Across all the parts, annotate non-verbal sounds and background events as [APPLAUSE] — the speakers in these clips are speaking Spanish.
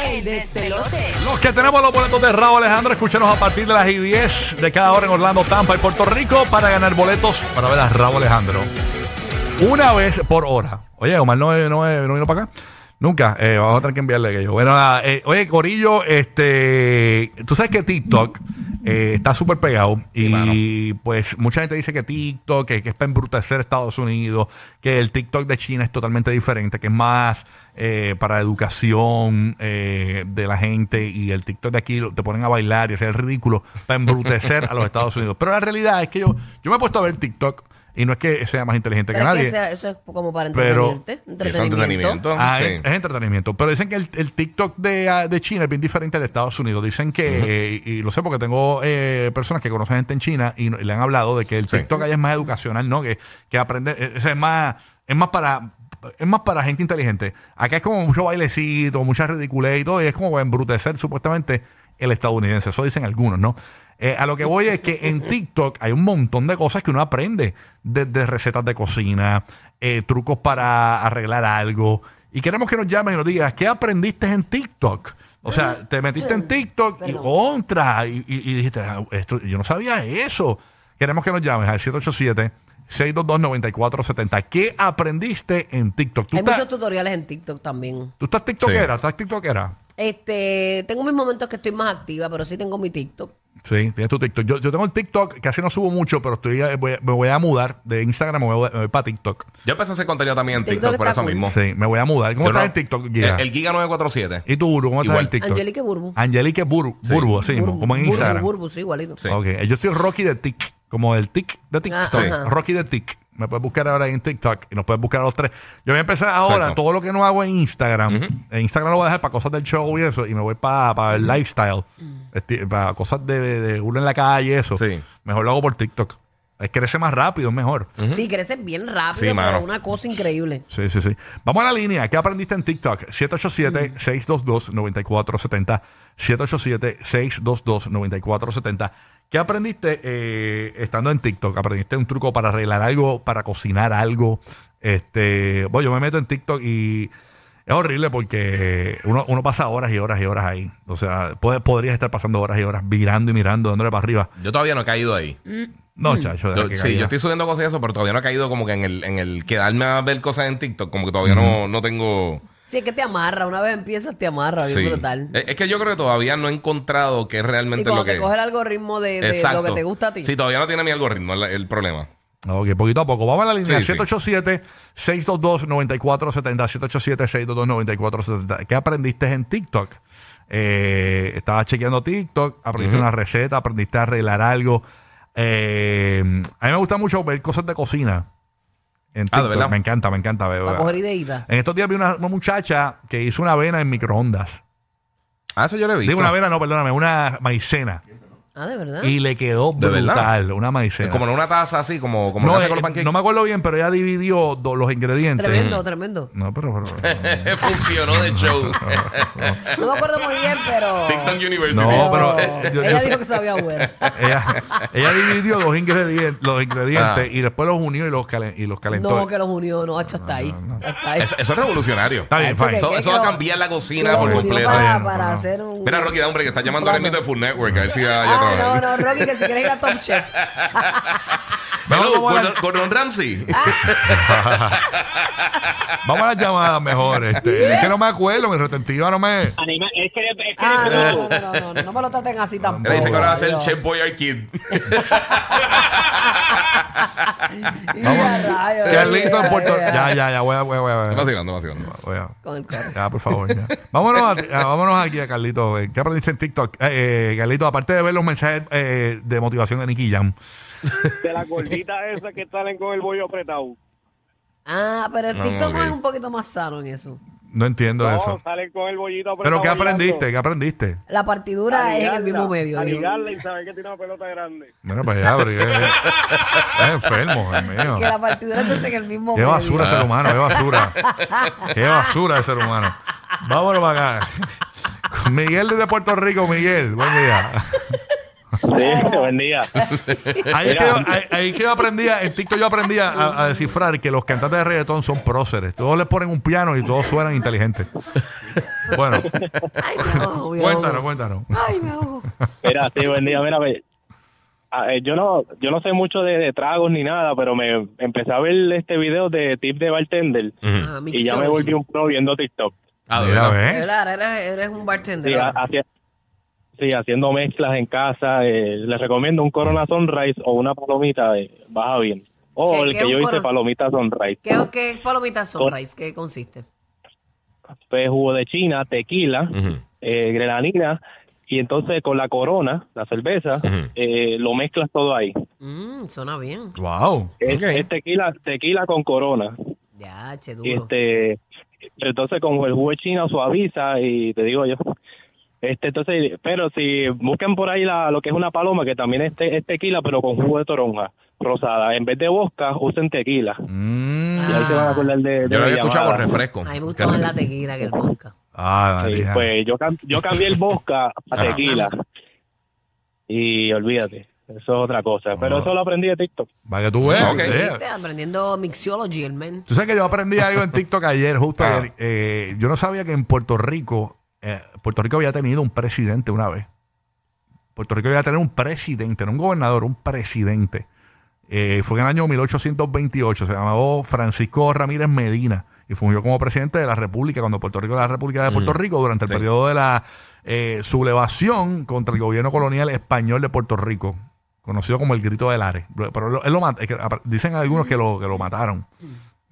El despelote. Los que tenemos los boletos de Raúl Alejandro, escúchanos a partir de las y 10 de cada hora en Orlando, Tampa y Puerto Rico para ganar boletos para ver a Raúl Alejandro. Una vez por hora. Oye, Omar no, no, no vino para acá. Nunca. Eh, vamos a tener que enviarle aquello. Bueno, nada, eh, oye, Corillo, este, tú sabes que TikTok eh, está súper pegado y pues mucha gente dice que TikTok, que, que es para embrutecer Estados Unidos, que el TikTok de China es totalmente diferente, que es más eh, para educación eh, de la gente y el TikTok de aquí lo- te ponen a bailar y hacer el ridículo para embrutecer a los Estados Unidos. Pero la realidad es que yo, yo me he puesto a ver TikTok y no es que sea más inteligente Pero que es nadie. que sea- eso es como para Pero- entretenerte. Que son entretenimiento. entretenimiento. Ah, sí. es, es entretenimiento. Pero dicen que el, el TikTok de, ah, de China es bien diferente al de Estados Unidos. Dicen que, eh, y lo sé porque tengo eh, personas que conocen gente en China y, no- y le han hablado de que el Sí. TikTok allá es más educacional, ¿no? Que, que aprende, eh, o sea, es más, es más para es más para gente inteligente. Acá es como mucho bailecito, mucha ridiculez y todo, y es como para embrutecer supuestamente el estadounidense. Eso dicen algunos, ¿no? Eh, a lo que voy es que en TikTok hay un montón de cosas que uno aprende, desde recetas de cocina, eh, trucos para arreglar algo. Y queremos que nos llamen y nos digas, ¿qué aprendiste en TikTok? O sea, te metiste en TikTok y contra, y, y- y dijiste, "Ah, esto- yo no sabía eso. Queremos que nos llames al 787-622-9470. ¿Qué aprendiste en TikTok? ¿Tú, Hay estás, muchos tutoriales en TikTok también. tú estás tiktokera? ¿Estás tiktokera? Este, tengo mis momentos que estoy más activa, pero sí tengo mi TikTok. Sí, tienes tu TikTok. Yo, yo tengo el TikTok, casi no subo mucho, pero estoy, eh, voy a- me voy a mudar de Instagram, me voy, para TikTok. Yo empecé a hacer contenido también en TikTok TikTok, por está eso cool. mismo. Sí, me voy a mudar. ¿Cómo Yo no- estás en Tiktok, Giga? El, el Giga 947. ¿Y tú, Burbu? ¿Cómo Igual. estás en TikTok? Angelique Burbu. Angelique Burbu, Sí. Burbu, así mismo, Burbu, como en Burbu, Instagram. Burbu, sí, igualito. Sí. Ok, yo soy Rocky de Tik, como el Tik de TikTok. Ajá. Rocky de Tik. Me puedes buscar ahora en TikTok y nos puedes buscar a los tres. Yo voy a empezar ahora Exacto. todo lo que no hago en Instagram. En Instagram lo voy a dejar para cosas del show y eso. Y me voy para el lifestyle. Esti- Para cosas de, de uno en la calle y eso. Sí. Mejor lo hago por TikTok. Es crece más rápido, es mejor. Sí, creces bien rápido, Sí, pero mano. una cosa increíble. Sí, sí, sí. Vamos a la línea. ¿Qué aprendiste en TikTok? Mm. 787-622-9470. 787-622-9470. ¿Qué aprendiste eh, estando en TikTok? ¿Aprendiste un truco para arreglar algo, para cocinar algo? Este, bueno, yo me meto en TikTok y es horrible porque uno, uno pasa horas y horas y horas ahí. O sea, puede- podrías estar pasando horas y horas mirando y mirando, dándole para arriba. Yo todavía no he caído ahí. No, chacho. deja Mm. Yo- Mm. Ah, que sí, caiga. yo estoy subiendo cosas y eso, pero todavía no he caído como que en el, en el quedarme a ver cosas en TikTok. Como que todavía no, no tengo. Sí, es que te amarra. Una vez empiezas, te amarra. Bien sí. brutal. Es, es que yo creo que todavía no he encontrado qué es y realmente cuando lo que. te coge el algoritmo de, de lo que te gusta a ti. Sí, todavía no tiene mi algoritmo el, el problema. Ok, poquito a poco. Vamos a la línea Sí, sí. 787-622-9470. 787-622-9470. ¿Qué aprendiste en TikTok? Eh, estabas chequeando TikTok, aprendiste una receta, aprendiste a arreglar algo. Eh, a mí me gusta mucho ver cosas de cocina Ah, en ¿de TikTok. verdad? me encanta, me encanta ver. Para coger ideita. En estos días vi una, una muchacha que hizo una avena en microondas. Ah, eso yo lo he visto. Digo una avena, no, perdóname, una maicena. Ah, de verdad. Y le quedó ¿De verdad? brutal, una maicena. Como en una taza así, como, como lo que no, hace eh, con los pancakes. no me acuerdo bien, pero ella dividió do- los ingredientes. Tremendo, tremendo. No, pero. pero- Eh, Funcionó de [LAUGHS] show. No me acuerdo muy bien, pero. TikTok University. No, pero- yo- ella yo- dijo que sabía bueno. ella, ella dividió los ingredientes, los ingredientes Ah. y después los unió y los, calen- y los calentó. No, que los unió, no, hacho, hasta ahí. Hasta ahí. Eso, eso es revolucionario. Está bien, Hacho, fine. que- Eso, que- eso va a que lo- cambiar la que cocina lo por unió completo. Para, Bien, para ajá. hacer un. Mira, Rocky, da hombre que está llamando ahora mismo de Food Network. A ver si ya, ya Ah, trabaja. no, no, Rocky, que si quieres ir a Top [LAUGHS] Chef. Vamos, Hello, vamos a la- Gordon, Gordon Ramsay. Ah. Vamos a las llamadas mejor. Este. Es que no me acuerdo, mi retentiva no me. Anima, es que, es que Ah, no, no, no, no, no, no me lo traten así tampoco. Él dice que ahora va a ser el Dios. Chef Boyard Kid. Y Vamos. a rayos, Carlito en ya, Puerto ya. Ya, ya, ya, voy a. Voy a, voy a, voy a- vacilando, vacilando. voy a- Con el coro. ya, por favor. ya. Vámonos, a- a- vámonos aquí a Carlito. eh, ¿Qué aprendiste en TikTok? Eh, eh, Carlito, aparte de ver los mensajes eh, de motivación de Nicky Jam. de la gordita esa que salen con el bollo apretado. Ah, pero el No, TikTok ok. es un poquito más sano en eso. No entiendo eso. No, salen con el bollito Pero apretado ¿qué bailando. aprendiste? ¿Qué aprendiste? La partidura es en el Ligarla, mismo medio. a digo. ligarla y saber que tiene una pelota grande. Bueno, pues ya, pero es, es enfermo, Dios mío. Que la partidura se hace en el mismo Qué medio. basura de ser humano, qué basura. Qué basura de ser humano. Vámonos para acá. Con Miguel desde Puerto Rico, Miguel, buen día. Sí, [LAUGHS] buen día. Ahí es que, yo, ahí- ahí es que yo aprendía, en TikTok yo aprendía a, a descifrar que los cantantes de reggaetón son próceres. Todos les ponen un piano y todos suenan inteligentes. Bueno, Ay, me ahogo, me cuéntanos, ahogo. cuéntanos. Ay, me ahogo. Mira, sí, buen día. Mira, ve, a- eh, yo no yo no sé mucho de, de tragos ni nada, pero me empecé a ver este video de tip de bartender Ujú. Mm. Ah, y ya me micciones. volví un pro viendo TikTok. Ah, de Mira, verdad. De ve. verdad, eres, eres un bartender. Sí, ah, ha- hacia- sí, haciendo mezclas en casa. eh, les recomiendo un Corona Sunrise o una palomita, eh, baja bien. O ¿Qué- el qué que es yo un hice, Corona? palomita Sunrise. ¿Qué, ¿Qué palomita sunrise? ¿Qué consiste? Pues, jugo de China, tequila, Ujú. eh, grenadina, y entonces con la corona, la cerveza, Ujú. eh, lo mezclas todo ahí. Mmm, suena bien. Wow. Es, Ok. es tequila, tequila con corona. Ya, che, Y duro. este, entonces con el jugo de China suaviza y te digo yo. Este, entonces, pero si buscan por ahí la, lo que es una paloma, que también es, te- es tequila, pero con jugo de toronja rosada. En vez de vodka, usen tequila. Mm. Y ahí se van a acordar de, de Yo lo la había escuchado con llamada. refresco. A mí me gusta más la tequila que el vodka. Ah, Sí, María. pues yo, cam- yo cambié el vodka a Ajá. tequila. Y olvídate, eso es otra cosa. Pero No. eso lo aprendí de TikTok. Para que tú veas. Ok. eh. ¿Viste? Aprendiendo mixology, el men. Tú sabes que yo aprendí algo en TikTok ayer, [LAUGHS] justo Ah. ayer. Eh, yo no sabía que en Puerto Rico, eh, Puerto Rico había tenido un presidente una vez. Puerto Rico había tenido un presidente, no un gobernador, un presidente. Eh, fue en el año 1828, se llamaba Francisco Ramírez Medina y fungió como presidente de la República cuando Puerto Rico era la República de Puerto Ujú. Rico durante el Sí. periodo de la eh, sublevación contra el gobierno colonial español de Puerto Rico, conocido como el Grito del Ares. Pero lo- él lo mat- es que apar- dicen algunos que lo, que lo mataron.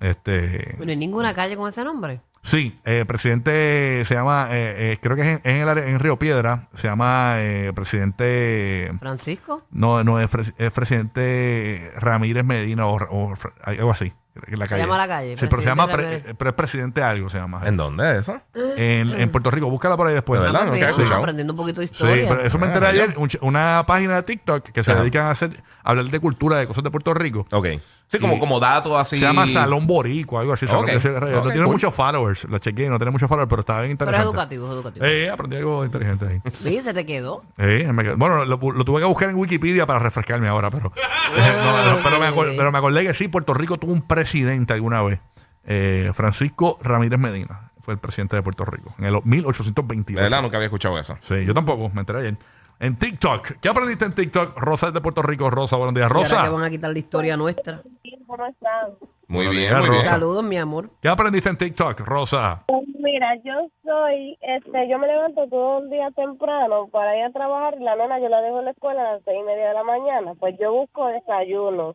Este, Bueno, en ninguna calle con ese nombre. sí, eh, presidente se llama, eh, eh, creo que es en, en el área- en Río Piedra, se llama eh, presidente, Francisco. no, no es, pres- es presidente Ramírez Medina o, o Fra- algo así. creo que es la Se calle. llama la calle, Sí, pero se llama, Presidente pre- Ramírez. eh, pero es presidente algo, se llama. ¿En dónde es eso? En, en Puerto Rico, búscala por ahí después. ¿De verdad? Ah, pues, Nunca he mira, escuchado. aprendiendo un poquito de Sí, historia. pero eso me enteré Ah, ya. ayer. un ch- una página de TikTok que se Ajá. dedican a hacer a hablar de cultura, de cosas de Puerto Rico. Ok. Sí, como, Y- como datos así. Se llama Salón Borico, algo así. Salón Ok. de ese- no Ok, tiene cool. muchos followers. La chequeé, no tiene muchos followers, pero está bien Pero es interesante. educativo, es educativo. Eh, aprendí algo inteligente ahí. Sí, se te quedó. Eh, me quedó- bueno, lo, lo tuve que buscar en Wikipedia para refrescarme [LAUGHS] ahora, pero, eh, no, no, pero, me acuer- ok. pero me acordé que sí, Puerto Rico tuvo un presidente alguna vez. Eh, Francisco Ramírez Medina fue el presidente de Puerto Rico en el De 1828. verdad, nunca había escuchado eso. Sí, yo tampoco, me enteré ayer. En TikTok, ¿qué aprendiste en TikTok? Rosa es de Puerto Rico, Rosa, buenos días, Y ahora Rosa. que van a quitar la historia nuestra. tiempo no están. Muy Bueno, bien, mira, muy Rosa. bien. Saludos, mi amor. ¿Qué aprendiste en TikTok, Rosa? Pues mira, yo soy, este, yo me levanto todo el día temprano para ir a trabajar. La nena yo la dejo en la escuela a las seis y media de la mañana. Pues yo busco desayuno.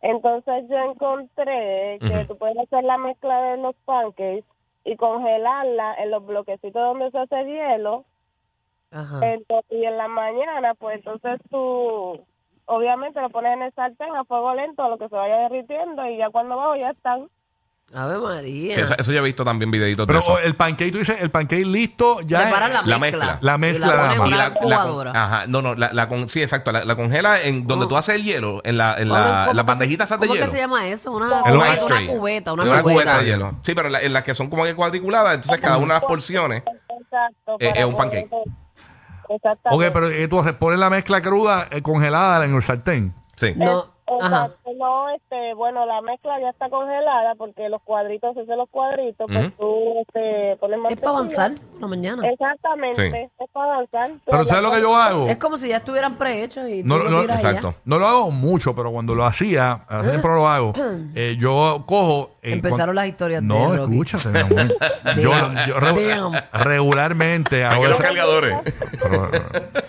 Entonces yo encontré que Ujú. tú puedes hacer la mezcla de los pancakes y congelarla en los bloquecitos donde se hace hielo. Ajá. Entonces, y en la mañana, pues entonces tú, obviamente lo pones en el sartén a fuego lento, a lo que se vaya derritiendo y ya cuando bajo ya están. Ave María. Sí, eso, eso yo he visto también videitos de Pero eso. oh, el pancake, tú dices, el pancake listo, ya. Preparan la, la mezcla. mezcla. La mezcla Y la nada ponen más. en Y una con- incubadora. ajá, no, no, la, la con- sí, exacto, la, la congela en donde Oh. tú haces el hielo, en la, en Ahora, la, ¿cómo las que se- bandejitas esas de ¿Cómo hielo. que se llama eso? Una, El una- ice una tray. cubeta, una, Una cubeta. de hielo. Sí, pero en la- en las que son como que cuadriculadas, entonces cada una de las porciones. Exacto. Eh, para es un poder- Ok, Exactamente. pero eh, tú haces- pones la mezcla cruda eh, congelada en el sartén. Sí. No, Es- ajá. exacto, no, este, bueno, la mezcla ya está congelada porque los cuadritos, se hacen los cuadritos, pues Ujú. tú este, pones Es para mantequilla. avanzar por la mañana. Exactamente, Sí. es para avanzar. Pero ¿sabes lo que yo hago? Es como si ya estuvieran prehechos y tú No, lo no, tiras allá. exacto. No lo hago mucho, pero cuando lo hacía, hace tiempo no [CLEARS THROAT] lo hago, eh, yo cojo... eh, Empezaron cuan- las historias de No, Rocky. escúchate, mi [LAUGHS] amor. yo, yo re- Damn. regularmente Hay hago que los esa- cargadores. Pero, eh,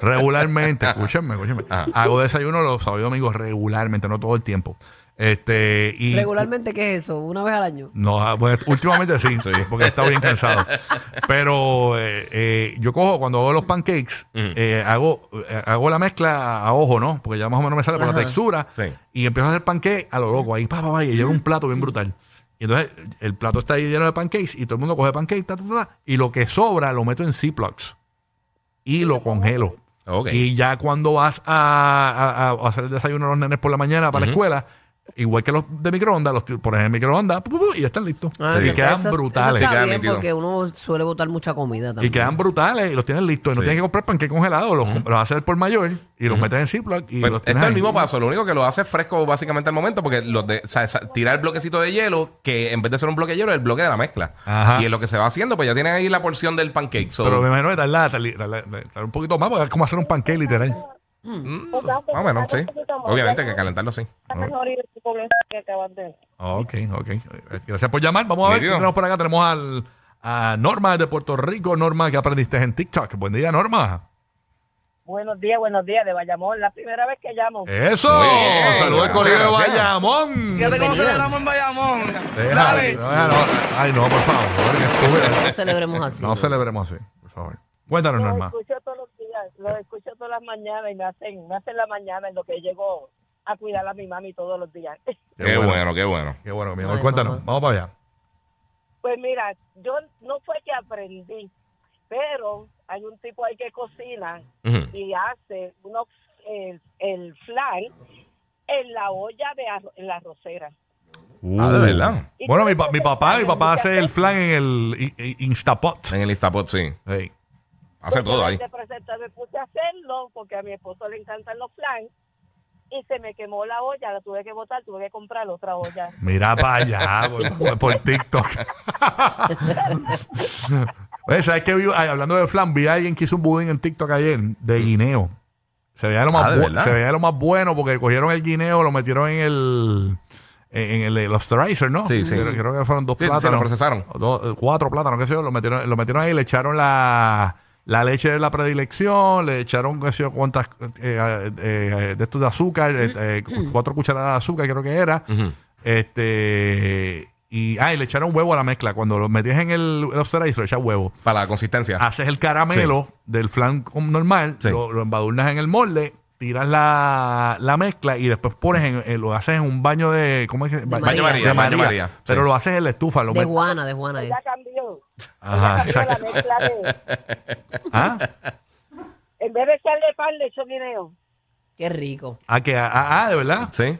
regularmente, escúchenme, escúchenme. Ajá. Hago desayuno los sábados y domingos regularmente, no todo el tiempo. Este, y Regularmente, ¿qué es eso? Una vez al año. No, ah, pues, últimamente sí, porque he estado bien cansado. Pero eh, eh, yo cojo, cuando hago los pancakes, Ujú. eh, hago, eh, hago la mezcla a, a ojo, ¿no? Porque ya más o menos me sale por la Ajá. textura. Sí. Y empiezo a hacer pancake a lo loco, ahí, pa, pa, pa, y llevo un plato bien brutal. Y entonces el plato está ahí lleno de pancakes y todo el mundo coge pancakes, ta, ta, ta, y lo que sobra lo meto en Ziplocs y lo congelo. Ok. Y ya cuando vas a, a- a hacer el desayuno a los nenes por la mañana para la escuela, igual que los de microondas, los ti- pones en el microondas pu, pu, pu, y ya están listos. Ah, y eso- quedan eso- brutales. Eso está Sí, quedan bien nítido. porque uno suele botar mucha comida Y también. quedan brutales y los tienes listos. Y no Sí. tienes que comprar panque congelado, los, comp- los haces por mayor y los metes en Ziploc y Pues, los tienes esto es el ahí. mismo paso, lo único que lo hace es fresco básicamente al momento, porque los de, o sea, sa- tirar el bloquecito de hielo, que en vez de ser un bloque de hielo, es el bloque de la mezcla. Ajá. Y en lo que se va haciendo, pues ya tienes ahí la porción del pancake. So, Pero me imagino que tarda, tarda- tarda- tarda un poquito más porque es como hacer un pancake literal. mm, más o menos, sí. Obviamente que calentarlo, sí. mejor ir con eso que acabas de Ok, ok. Gracias por llamar. Vamos a ver qué Nítido. tenemos por acá. Tenemos al, a Norma de Puerto Rico. Norma, que aprendiste en TikTok. Buen día, Norma. Buenos días, buenos días, de Bayamón. La primera vez que llamo. Eh, ¡Eso! Muy bien. ¡Saludos, Gracias, colega de gracias. Bayamón! Bienvenida. Deja, deja, no. Ay, no, por favor. que No estuve- celebremos así. No celebremos así, por favor. Cuéntanos, Los Norma. escucho todos los días, los escucho todas las mañanas y me hacen, me hacen la mañana en lo que llego a cuidar a mi mami todos los días. [LAUGHS] Qué, bueno. qué bueno. Qué bueno, mi amor. Ay, Cuéntanos. mamá. Vamos para allá. Pues mira, yo no fue que aprendí, pero hay un tipo ahí que cocina Ujú. y hace unos, el, el flan en la olla de arro- en la rosera. Uh. Ah, de verdad. ¿Y Bueno, mi, cómo pa- se mi papá, prepara? mi papá Muchas hace el veces flan en el i- i- Instapot. En el Instapot, sí. Hey. Hace Porque todo la ahí. de presenta me puse a hacerlo porque a mi esposo le encantan los flan y se me quemó la olla, la tuve que botar, tuve que comprar otra olla. Mira para allá, por, por [LAUGHS] TikTok. Oye, ¿sabes qué? vi? Ay, hablando de flan, vi a alguien que hizo un budín en TikTok ayer de guineo. Se veía, lo más Mm. Ah, ¿de bu- verdad? se veía lo más bueno porque cogieron el guineo, lo metieron en el. En el, el Osterizer, ¿no? Sí, sí. Creo, creo que fueron dos Sí, sí, plátanos. lo procesaron. O dos- eh, cuatro plátanos, qué sé yo. Lo metieron, lo metieron ahí, le echaron la, la leche de la predilección, le echaron, qué sé yo, cuántas. eh, eh, eh, de estos de azúcar, eh, eh, cu- cuatro cucharadas de azúcar, creo que era. Ujú. Este. Y, ah, y le echaron huevo a la mezcla. Cuando lo metías en el osterizer, le echas huevo. Para la consistencia. Haces el caramelo del flan com- normal, Sí. lo, lo embadurnas en el molde, tiras la, la mezcla y después pones en, en- lo haces en un baño de. ¿Cómo es que? Baño María, de baño María, sí. Pero lo haces en la estufa. Lo De met- Juana, de Juana. eh. Ella cambió. [LAUGHS] Ajá, ella [LAUGHS] cambió exacto. la mezcla de, ¿Ah? en vez de echarle pan, le echó guineo. Qué rico. Ah, que, ah, ah, de verdad. Sí.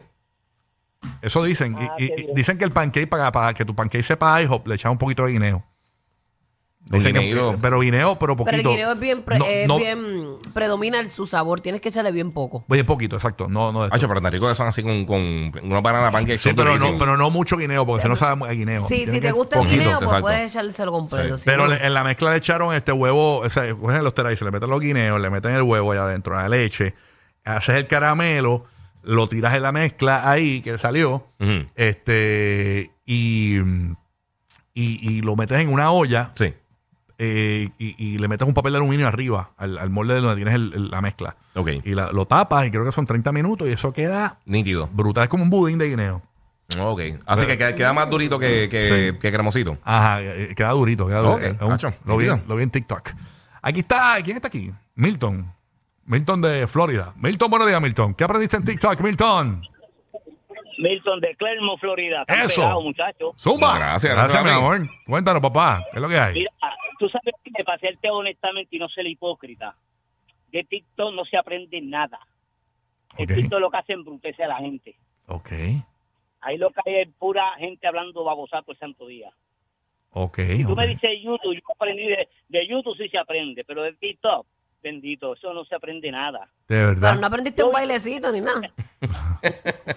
Eso dicen. Y- Ah, y, qué y bien. dicen que el pancake, para, para que tu pancake sepa IHOP, le echas un poquito de guineo. Un Dicen que- guineo. pero guineo, pero poquito. Pero el guineo es bien, pre- No, es no- bien predomina el- su sabor. Tienes que echarle bien poco. Oye, poquito, exacto. No, no. de- Hacho, pero tan rico que son así con, con una banana pancake. Sí, son pero no, durísimos. pero no mucho guineo, porque se no sabe muy a guineo. Sí, Tiene si que- te gusta el poquito, guineo, pues exacto. puedes echárselo completo. Sí. si Pero no- le- en la mezcla le echaron este huevo, o sea, cogen los terais, le meten los guineos, le meten el huevo allá adentro, la leche, haces el caramelo, lo tiras en la mezcla ahí que salió, Ujú. este, y, y, y lo metes en una olla Sí. eh, y, y le metes un papel de aluminio arriba, al, al molde de donde tienes el- el- la mezcla. Ok. Y la- lo tapas y creo que son 30 minutos y eso queda Nítido. brutal, es como un budín de guineo. Ok. Así que queda, queda más durito que, que, que cremosito. Ajá, eh, queda durito, queda Ok, durito. Es un- macho, lo, vi, nítido. lo vi en TikTok. Aquí está, ¿quién está aquí? Milton. Milton de Florida. Milton, buenos días, Milton. ¿Qué aprendiste en TikTok, Milton? Milton de Clermont, Florida. Están Eso. pegados, muchachos. Zumba. No, gracias, gracias, gracias, mi papi. amor. Cuéntanos, papá. ¿Qué es lo que hay? Mira, ah, tú sabes que para serte honestamente y no ser hipócrita, de TikTok no se aprende nada. El Ok. TikTok lo que hace es embrutece a la gente. Ok, Ahí lo que hay es pura gente hablando babosato el santo día. ok. Tú ok. me dices YouTube, yo aprendí de, de YouTube sí se aprende, pero de TikTok, bendito, eso no se aprende nada. De Pero verdad. no aprendiste un bailecito ni nada.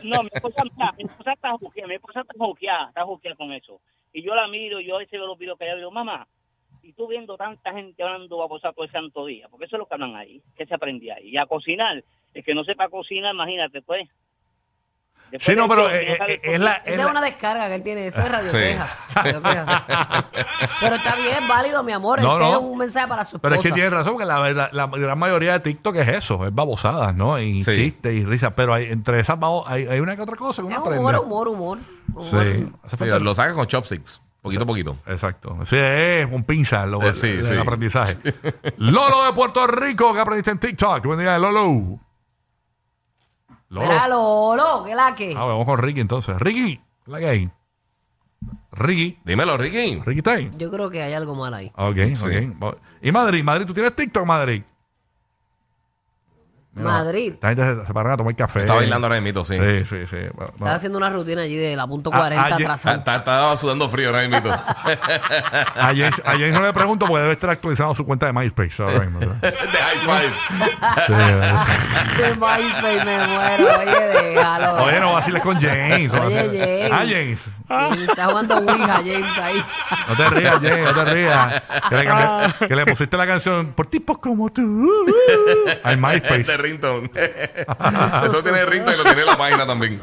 No, mi esposa, mira, mi esposa está juqueada, mi esposa está juqueada, está juqueada con eso. Y yo la miro, yo a veces veo los videos que ella digo, mamá, y tú viendo tanta gente hablando babosa todo el santo día, porque eso es lo que hablan ahí, que se aprendía ahí. Y a cocinar, el que no sepa cocinar, imagínate, pues. Después Sí, no, de pero todo, que eh, no sabe eh, es la... es Esa la- es una descarga que él tiene. Eso es Radio Sí. Texas. Radio Texas. Pero está bien, es válido, mi amor. No, este no. es un mensaje para su esposa. Pero es que tienes razón, porque la, verdad- la gran mayoría de TikTok es eso, es babosadas, ¿no? Y Sí. chistes y risas, pero hay, entre esas babo- hay, hay una que otra cosa que uno Es aprende. humor, humor, humor. humor. Sí, Sí, hace falta- lo sacan con chopsticks. Poquito a poquito. Exacto. Sí, es un pinza lo- Eh, sí, el, sí. [LAUGHS] aprendizaje. Lolo de Puerto Rico, que aprendiste en TikTok. Buen día, Lolo. Lolo. Mira, Lolo, que la que. Ah, vamos con Ricky entonces. Ricky, ¿qué es la que hay. Ricky. Dímelo, Ricky. Ricky está ahí. Ah, Yo creo que hay algo mal ahí. Ok, Sí. ok. Y Madrid, Madrid, ¿tú tienes TikTok, Madrid? Mira, Madrid. Esta gente se, se paran a tomar café. Está bailando ahora mismo, sí. Sí, sí, sí. Bueno, Ah, Estaba haciendo una rutina allí de la punto 40 ayer- Está, [LAUGHS] atrasada. está- está sudando frío ahora mismo. [LAUGHS] A James- a James no le pregunto porque debe estar actualizando su cuenta de MySpace ahora mismo. ¿verdad? [LAUGHS] De high five. Sí, ¿verdad? De MySpace me muero, oye, déjalo. Oye, no vaciles con James. no Oye, vaciles. James. Ah, Sí, Está jugando Ouija, James, [LAUGHS] ahí. James. No te rías, James, no te rías. Que le, Ah. cambi- que le pusiste la canción por tipos como tú al De MySpace. Rington. [LAUGHS] Eso lo tiene Rington y lo tiene en la página también.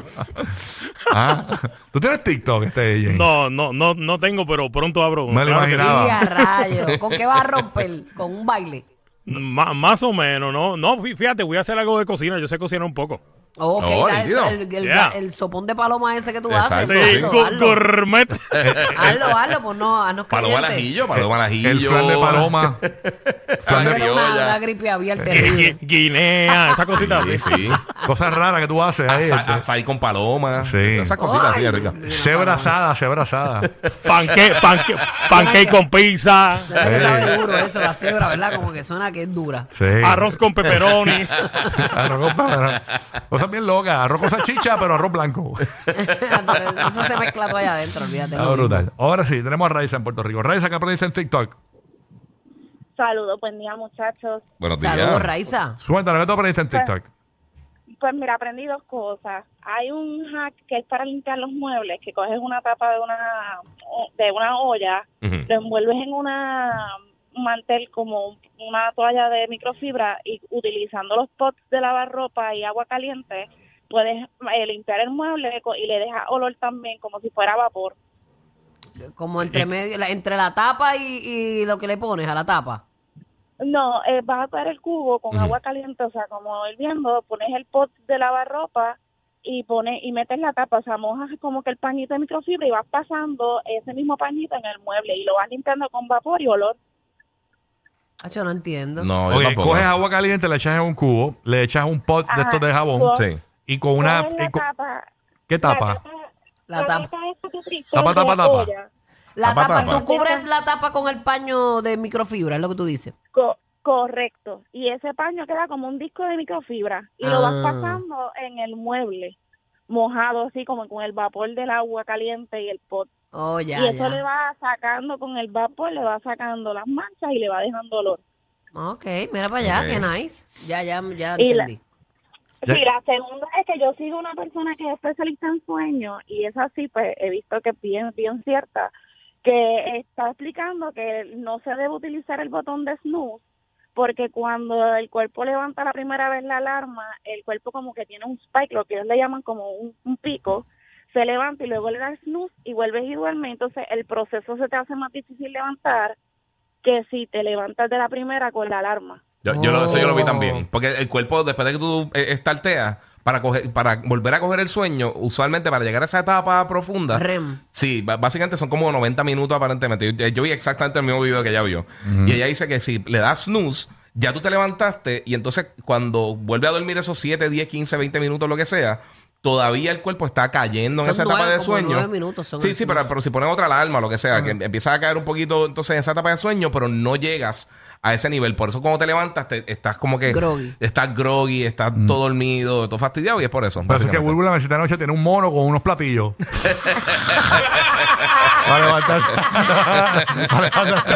Ah, ¿Tú tienes TikTok, este James? No, no, no, no tengo, pero pronto abro uno. Me lo Claro que imaginaba. Y a rayo. ¿Con qué va a romper? Con un baile. sí. Ma- más o menos, no. No, fí- fíjate, voy a hacer algo de cocina. Yo sé cocinar un poco. Ok, Oh, dale, nítido. el, el- Yeah. el sopón de paloma ese que tú Exacto, haces. Sí, Sí, hazlo, go- hazlo. gourmet. Hazlo, hazlo, pues no, haznos Paloma al creyentes. ajillo, paloma al ajillo. El flan de paloma. [LAUGHS] flan de Yo tengo una, una criolla. gripe abierta [LAUGHS] Gui- terrible. Guinea, esa cosita Sí, así. sí. Cosas raras que tú haces ahí. Sa- este. Açaí con paloma. Sí. Esas cositas así, Ay, ricas. Dios mío, Se paloma. abrazada, se abrazada. Panque, panque, pancake con pizza. Yo sé que Sí. sabe duro eso, la cebra, ¿verdad? Como que suena que es dura. [LAUGHS] Sí. Arroz con pepperoni. arroz con paloma. Cosas bien locas. Arroz con salchicha, pero arroz blanco. Pero eso se mezcla todo allá adentro, olvídate. Ah, lo mismo. brutal. Ahora sí, tenemos a Raiza en Puerto Rico. Raiza, ¿qué aprendiste en TikTok? Saludos, buen día, muchachos. Buenos días. Saludos, Raiza. Suéltalo, ¿qué tú aprendiste en TikTok? Pues mira, aprendí dos cosas. Hay un hack que es para limpiar los muebles, que coges una tapa de una de una olla, Ujú. lo envuelves en una un mantel como un- una toalla de microfibra y utilizando los pots de lavar ropa y agua caliente puedes eh, limpiar el mueble co- y le deja olor también como si fuera vapor. Como entre medio, la- entre la tapa y, y lo que le pones a la tapa. No, eh, vas a poner el cubo con Ujú. agua caliente, o sea, como hirviendo, pones el pot de lavar ropa y pones y metes la tapa, o sea, mojas como que el pañito de microfibra y vas pasando ese mismo pañito en el mueble y lo vas limpiando con vapor y olor. Ah, yo no entiendo. No, yo Oye, tampoco. coges agua caliente, le echas en un cubo, le echas un pot de Ajá, estos de jabón con- Sí. y con una... Pones Ah, la y con- tapa, ¿Qué La tapa? tapa, La la tapa. tapa esa que utilizo Tapa, de tapa, tapa. olla. La Tapa, tapa, tapa. tú cubres la tapa con el paño de microfibra, es lo que tú dices. Co- correcto. Y ese paño queda como un disco de microfibra y lo vas Ah. pasando en el mueble mojado así como con el vapor del agua caliente y el pot. Oh, ya, y eso ya. le va sacando con el vapor, le va sacando las manchas y le va dejando olor. Ok, mira para allá, Ok. qué nice. Ya, ya, ya Y la- entendí. Ya- Sí, la segunda es que yo sigo una persona que es especialista en sueños y es así, pues he visto que es bien, bien cierta, que está explicando que no se debe utilizar el botón de snooze porque cuando el cuerpo levanta la primera vez la alarma, el cuerpo como que tiene un spike, lo que ellos le llaman como un, un pico, se levanta y luego le das snooze y vuelves y duermes, entonces el proceso se te hace más difícil levantar que si te levantas de la primera con la alarma. Yo, yo lo- eso yo lo vi Oh. también. Porque el cuerpo, después de que tú eh, estarteas, para, coger, para volver a coger el sueño, usualmente para llegar a esa etapa profunda, Rem. Sí, ba- básicamente son como 90 minutos aparentemente. Yo, yo vi exactamente el mismo video que ella vio. Y ella dice que si le das snooze, ya tú te levantaste y entonces cuando vuelve a dormir esos 7, 10, 15, 20 minutos, lo que sea, todavía el cuerpo está cayendo Son en esa etapa nueve, de como sueño. nueve minutos son sí, el sí, pero, snooze. pero si ponen otra alarma, lo que sea, que empiezas a caer un poquito entonces en esa etapa de sueño, pero no llegas a ese nivel. Por eso cuando te levantas, te- estás como que... Groggy. Estás groggy, estás todo dormido, todo fastidiado y es por eso. Parece que básicamente. Bulbul la mesita de noche tiene un mono con [LAUGHS] unos platillos. [LAUGHS] Para levantarse. Para levantarse.